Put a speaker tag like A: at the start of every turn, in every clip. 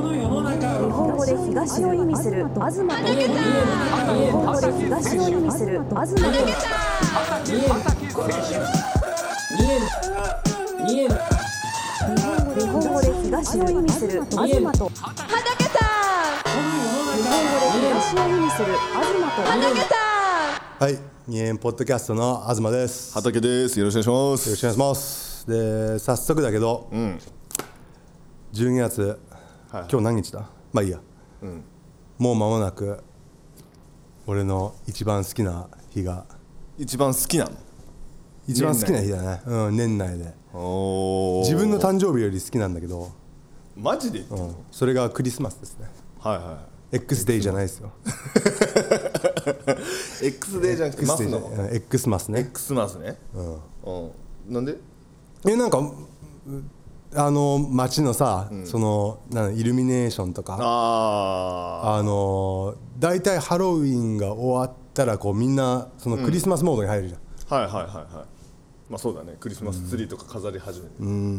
A: の世の中
B: 日本語で東を意味する東と日本語で東を意味する東と日本語で東を意味する東と日本語で東を意味する東と
C: はい、二円ポッドキャストの東です。よ
D: 畑です。よろしくお願
C: ろ
D: いしま
C: し
D: す。
C: くお願いします。で、早速だけど、12月、
D: はい
C: 今日何日だ？まあいいや。もう間もなく俺の一番好きな日が
D: 一番好きな
C: 一番好きな日だね。うん、年内で。
D: の。おお。
C: 自分の誕生日より好きなんだけど、
D: マジで言ってん
C: う
D: の。
C: ん、それがクリスマスですね。
D: はいは
C: X デイじゃないですよ。
D: い。X デーじゃなくてマ
C: X デイ
D: ス
C: じゃ
D: の。
C: ないうん X マスね。
D: X マスね。うん。なんで？
C: えなんかうあの街のさ、そのなんイルミネーションとか
D: ああ。
C: あの大体ハロウィンが終わったらこうみんなそのクリスマスモードに入るじゃん、
D: はいはいはいはい。まあそうだね。クリスマスツリーとか飾り始める。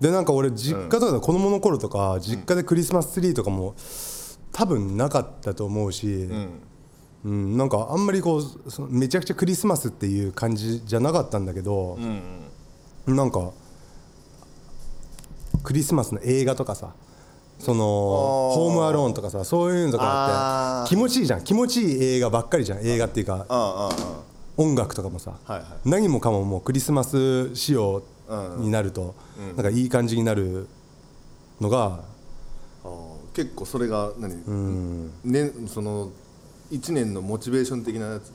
C: でなんか俺実家とかで子供の頃とか実家でクリスマスツリーとかも多分なかったと思うし、うんなんかあんまりこうそのめちゃくちゃクリスマスっていう感じじゃなかったんだけど、なんかクリスマスの映画とかさその「ホームアローン」とかさそういうのとか
D: あ
C: っ
D: ー
C: て気持ちいいじゃん気持ちいい映画ばっかりじゃん映画っていうか
D: ああ
C: 音楽とかもさ、
D: はいは
C: 何もかももうクリスマス仕様になると、なんかいい感じになるのが
D: ああー。結構それが何？ねその一年のモチベーション的なやつ。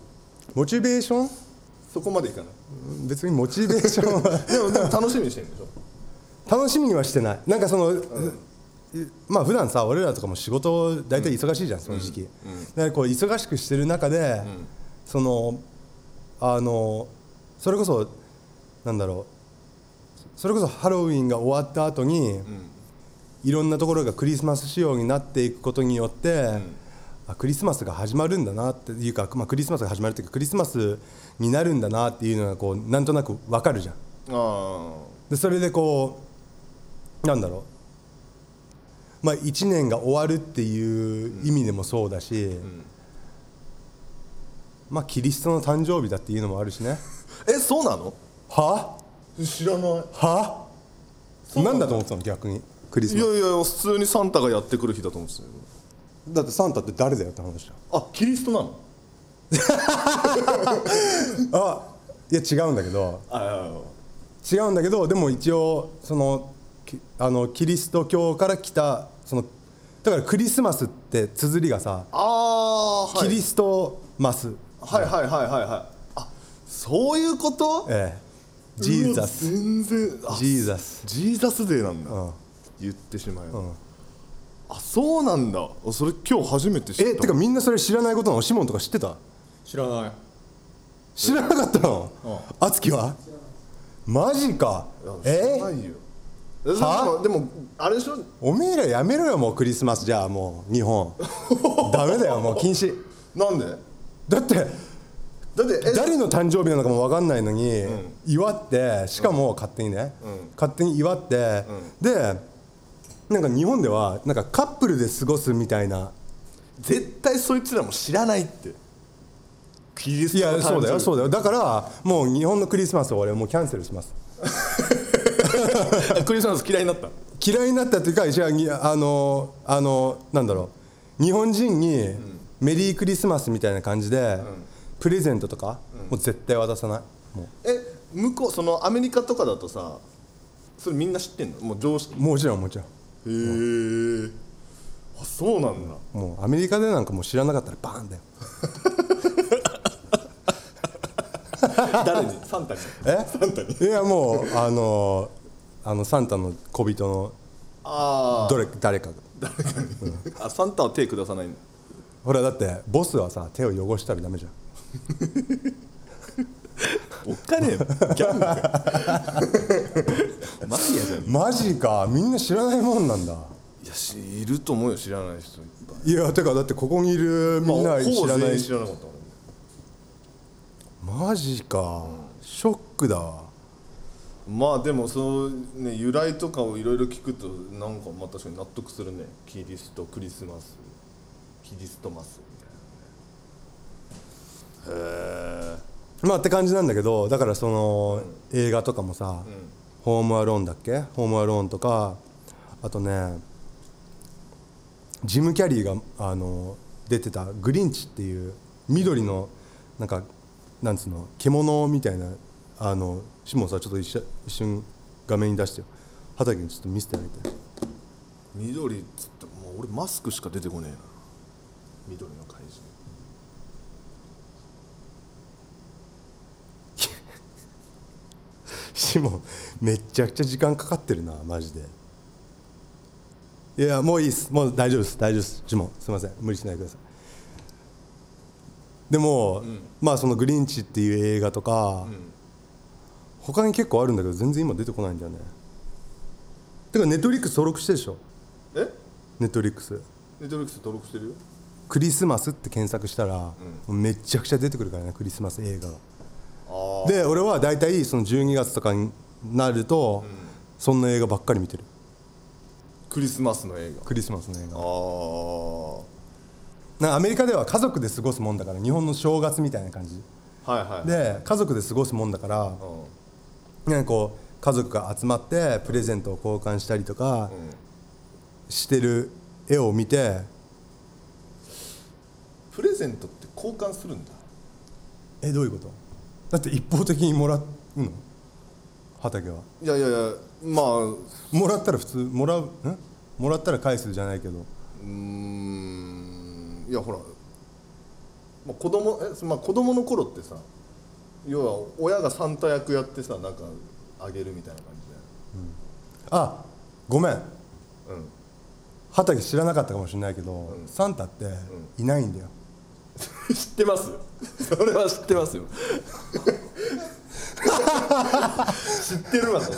C: モチベーショ
D: そこまでいかない。
C: ン別にモチベーションは
D: でもでも楽しみにしてるんでしょ。
C: 楽しみにはしてないなんかその、まあ普段さ俺らとかも仕事大体忙しいじゃん、その時期、だからこう忙しくしてる中で、そのあのそれこそなんだろうそれこそハロウィンが終わった後に、いろんなところがクリスマス仕様になっていくことによって、あクリスマスが始まるんだなっていうか、まあ、クリスマスが始まるというかクリスマスになるんだなっていうのがこうなんとなく分かるじゃん。
D: あ
C: でそれでこうなんだろう、まあ、1年が終わるっていう意味でもそうだし、まあキリストの誕生日だっていうのもあるしね
D: あ。えそうなの？
C: は
D: 知らない。
C: はなんだと思ってたの逆にクリス
D: い
C: マ
D: や
C: ス
D: いや普通にサンタがやってくる日だと思ってたよ
C: だってサンタって誰だよって話じゃん
D: あキリストなの
C: あいや違うんだけど
D: あいやいやいや
C: 違うんだけどでも一応そのきあのキリスト教から来たそのだからクリスマスって綴りがさ、
D: あー、はい、
C: キリストマス
D: はいはいはいはいはいあそういうこと
C: ええ、ジーザス
D: うわ全然あ
C: ジーザス
D: ジーザスデーなんだ、
C: ん
D: 言ってしまえば、あそうなんだあそれ今日初めて知った
C: えてかみんなそれ知らないことなのシモンとか知ってた
E: 知らない
C: 知らなかったのあつきはマジかえ
D: 知らないよ
C: は
D: でもでもあれでしょ
C: おめえらやめろよもうクリスマスじゃあもう日 本ダメだよもう禁止
D: なんで
C: だって
D: だってえ
C: 誰の誕生日なのかも分かんないのに、祝ってしかも勝手にね、勝手に祝って、でなんか日本ではなんかカップルで過ごすみたいな
D: 絶対そいつらも知らないってキリス
C: い
D: トの
C: やそうだよそううだよだからもう日本のクリスマスを俺はもうキャンセルします
D: だよ クリスマス嫌いになった
C: 嫌いになったというかじゃあにあのあのなんだろう日本人にメリークリスマスみたいな感じでプレゼントとかもう絶対渡さないも
D: え向こうそのアメリカとかだとさそれみんな知ってんのもう常識へ
C: うもちろんもちろん
D: えあそうなんだ
C: もうアメリカでなんかもう知らなかったらバーンだよ
D: 誰にサンタに
C: えいやもうあのあのサンタの小人の
D: あ
C: どれ誰かが
D: ああサンタは手下さないんだ
C: ほらだってボスはさ手を汚したらダメじゃん
D: おっかねえよギャング マフィアじゃんい
C: マジかみんな知らないもんなんだ
D: やしいると思うよ知らない人いっぱい
C: いやてかだってここにいるみんな
D: まあほ
C: 知
D: ぼ
C: らな
D: 全
C: い
D: 員知らなかった俺
C: マジかショックだわ
D: まあでもそうね由来とかをいろいろ聞くとなんかまあ確かに納得するねキリストクリスマスキリストマスみたいなねへえ
C: まあって感じなんだけどだからその、映画とかもさ「ホームアローン」だっけ「ホームアローン」とかあとねジム・キャリーがあの出てた「グリンチ」っていう緑のなんかなんつうの獣みたいなあのシモンさちょっと一緒一瞬画面に出してよ畑にちょっと見せてあげて
D: 緑っつってもう俺マスクしか出てこねえな緑の怪人
C: シモンめっちゃくちゃ時間かかってるなマジでいやもういいですもう大丈夫です大丈夫ですシモンすいません無理しないでくださいでも、まあその「グリンチ」っていう映画とか、他に結構あるんだけど全然今出てこないんだよねてかネットリックス登録してるでしょ
D: え
C: ネットリックス
D: ネットフリックス登録してるよ
C: クリスマスって検索したら、もうめっちゃくちゃ出てくるからねクリスマス映画が
D: あ
C: で俺は大体その12月とかになると、そんな映画ばっかり見てる
D: クリスマスの映画
C: クリスマスの映画
D: あ
C: なんかアメリカでは家族で過ごすもんだから日本の正月みたいな感じ
D: あはいはい
C: で家族で過ごすもんだから
D: うん
C: なんかこう家族が集まってプレゼントを交換したりとかしてる絵を見て
D: プレゼントって交換するんだ
C: えどういうことだって一方的にもらうの畑はい
D: やいやいやまあう
C: もらったら普通もらうんもらったら返すじゃないけど
D: ーんいやほら、まあ、子供えまあ子供の頃ってさ要は親がサンタ役やってさなんかあげるみたいな感じ
C: あごめん
D: でうん
C: 畑知らなかったかもしれないけど、サンタっていないんだよ、
D: 知ってます それは知ってますよ知ってるわそれ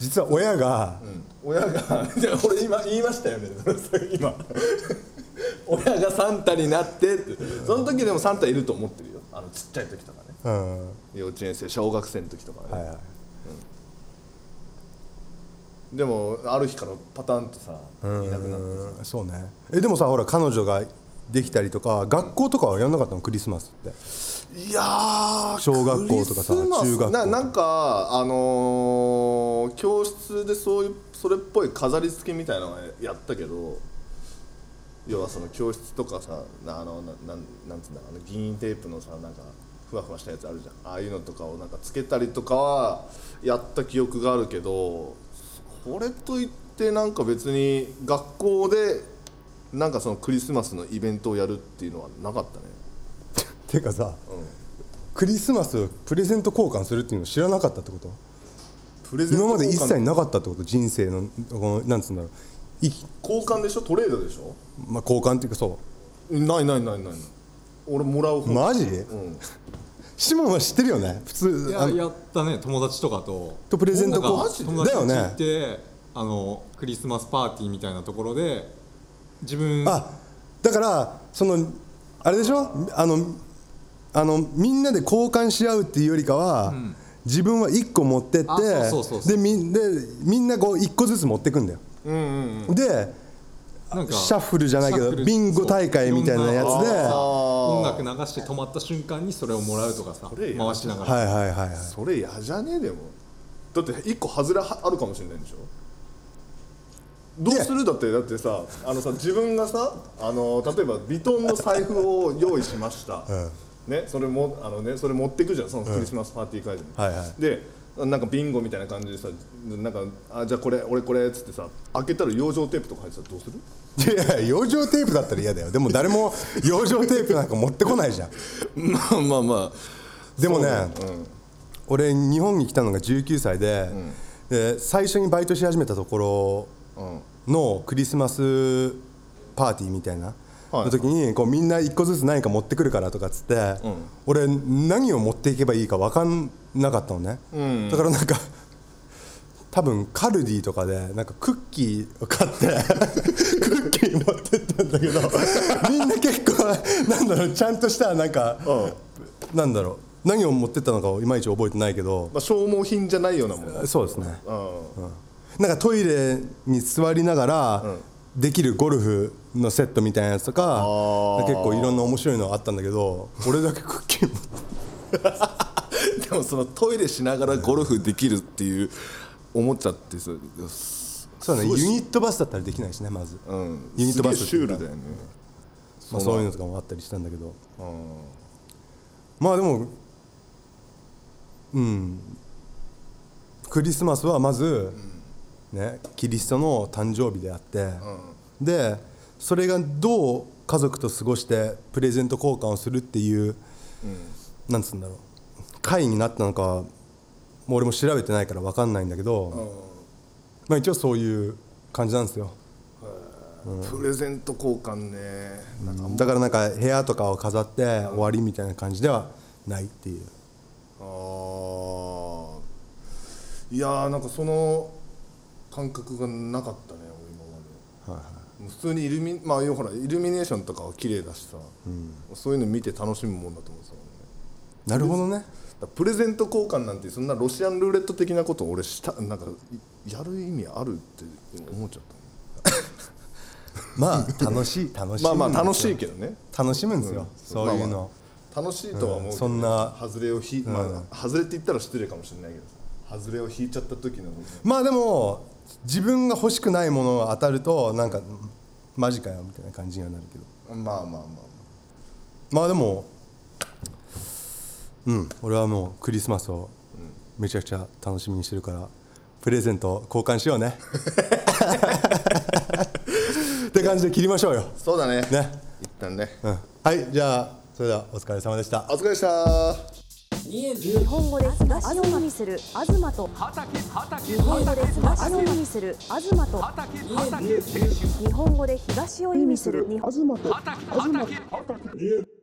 C: 実は親が、
D: 親がいや 俺今言いましたよね 今親がサンタになってってその時でもサンタいると思ってるよあのちっちゃい時とかね
C: うん
D: 幼稚園生小学生の時とかね、
C: はいはい
D: でもある日からパタンとさいなくなって
C: うんそうねえでもさほら彼女ができたりとか学校とかはやんなかったのクリスマスって
D: いやー
C: 小学校とかさ
D: クリスマス
C: 中学校
D: ななんかあのー教室でそういうそれっぽい飾り付けみたいなのはやったけど要はその教室とかさなあのななんなんつうんだろうあの銀テープのさなんかふわふわしたやつあるじゃんああいうのとかをなんかつけたりとかはやった記憶があるけどこれといってなんか別に学校でなんかそのクリスマスのイベントをやるっていうのはなかったね
C: てかさ、クリスマスプレゼント交換するっていうの知らなかったってこと
D: プレゼント
C: 今まで一
D: 交換
C: 切なかったってこと人生のこのなんつうんだろうい、
D: 交換でしょトレードでしょ
C: まあ、交換っていうかそ
D: ないないないない俺もらう
C: う
D: 方
C: マジ、
D: うん
C: シモンは知ってるよね普
A: い
C: 通あ
A: ややったね友達とかと
C: とプレゼント
A: なんか
C: マジで
A: 友達と
C: だよね
A: 行ってあのクリスマスパーティーみたいなところで自分
C: あだからそのあれでしょあのあのみんなで交換し合うっていうよりかは、自分は1個持ってって
A: あそうそうそうそう
C: でみんでみんなこう1個ずつ持ってくんだよ、で
A: なんか
C: シャッフルじゃないけ
A: シャ
C: ど
A: ッフル
C: ビンゴ大会みたいなやつで
A: そういろんな
C: は
A: 音楽流して止まった瞬間にそれをもらうとかさ
D: れや
A: 回しなが
C: い
A: ら、
C: はいはいはい
D: それやじゃねえでもだって一個外れはあるかもしれないんでしょどうするだってだってさあのさ自分がさあの例えばヴィトンの財布を用意しま した、ねそれもあのねそれ持ってくじゃんそのクリスマスパーティー会場に、
C: はいはい
D: でなんかビンゴみたいな感じでさなんかあじゃあこれ俺これっつってさ開けたら養生テープとか入ってたらどうす
C: い
D: る
C: やいや養生テープだったら嫌だよでも誰も養生テープなんか持ってこないじゃん
D: まあ まあま
C: でもね、俺日本に来たのが19歳で,、で最初にバイトし始めたところのクリスマスパーティーみたいな、
D: はい
C: の時にこうみんな一個ずつ何か持ってくるからとかっつって、俺何を持っていけばいいか分かんなかったのね、だからなんか多分カルディとかでなんかクッキーを買ってクッキー持ってったんだけどみんな結構なんだろうちゃんとしたなんか、なんだろう何を持ってったのかをいまいち覚えてないけど
D: まあ、消耗品じゃないようなもの、
C: そうですね
D: うん
C: なんかトイレに座りながらできるゴルフのセットみたいなやつとか
D: ー
C: 結構いろんな面白いのあったんだけど俺だけクッキー持って
D: でもそのトイレしながらゴルフできるっていう思っちゃってさ、
C: そうだね
D: すごいし
C: ユニットバスだったらできないしねまず、
D: うん、
C: ユニットバス
D: すげえシュールだよね
C: まあ、そういうのとかもあったりしたんだけど、まあでもうんクリスマスはまず、ね、キリストの誕生日であって、でそれがどう家族と過ごしてプレゼント交換をするっていう、なんつうんだろう会になったのかはもう俺も調べてないから分かんないんだけど、まあ一応そういう感じなんですよ。
D: プレゼント交換ねなんか
C: だからなんか部屋とかを飾って終わりみたいな感じではないっていう
D: あーいやーなんかその感覚がなかったね俺今まで、もう普通にイルミ,、まあ、要はほらイルミネーションとかは綺麗だしさ、そういうの見て楽しむもんだと思うんですよね
C: なるほどね
D: だからプレゼント交換なんてそんなロシアンルーレット的なことを俺したなんかいやる意味あるって思っちゃったね、
C: まあ楽しい楽しい
D: まあまあ楽しいけどね
C: 楽しむんですよ、そういうの、
D: まあまあ楽しいとは思う
C: うん
D: けど、
C: そんな
D: 外れをひ、まあ外れって言ったら失礼かもしれないけどさ外れを引いちゃった時の
C: まあでも自分が欲しくないものが当たるとなんかマジかよみたいな感じにはなるけど
D: まあまあまあま
C: まあでもうん俺はもうクリスマスをめちゃくちゃ楽しみにしてるからプレゼント交換しよう ねって感じで切りましょうよ
D: あそうだね
C: ね
D: 一旦ね、
C: うんはいじゃあそれではお疲れ様でした
D: お疲れでしたー
B: 日本語で東を意味する東と日本語で東を意味する東と日本語で東を意味する日本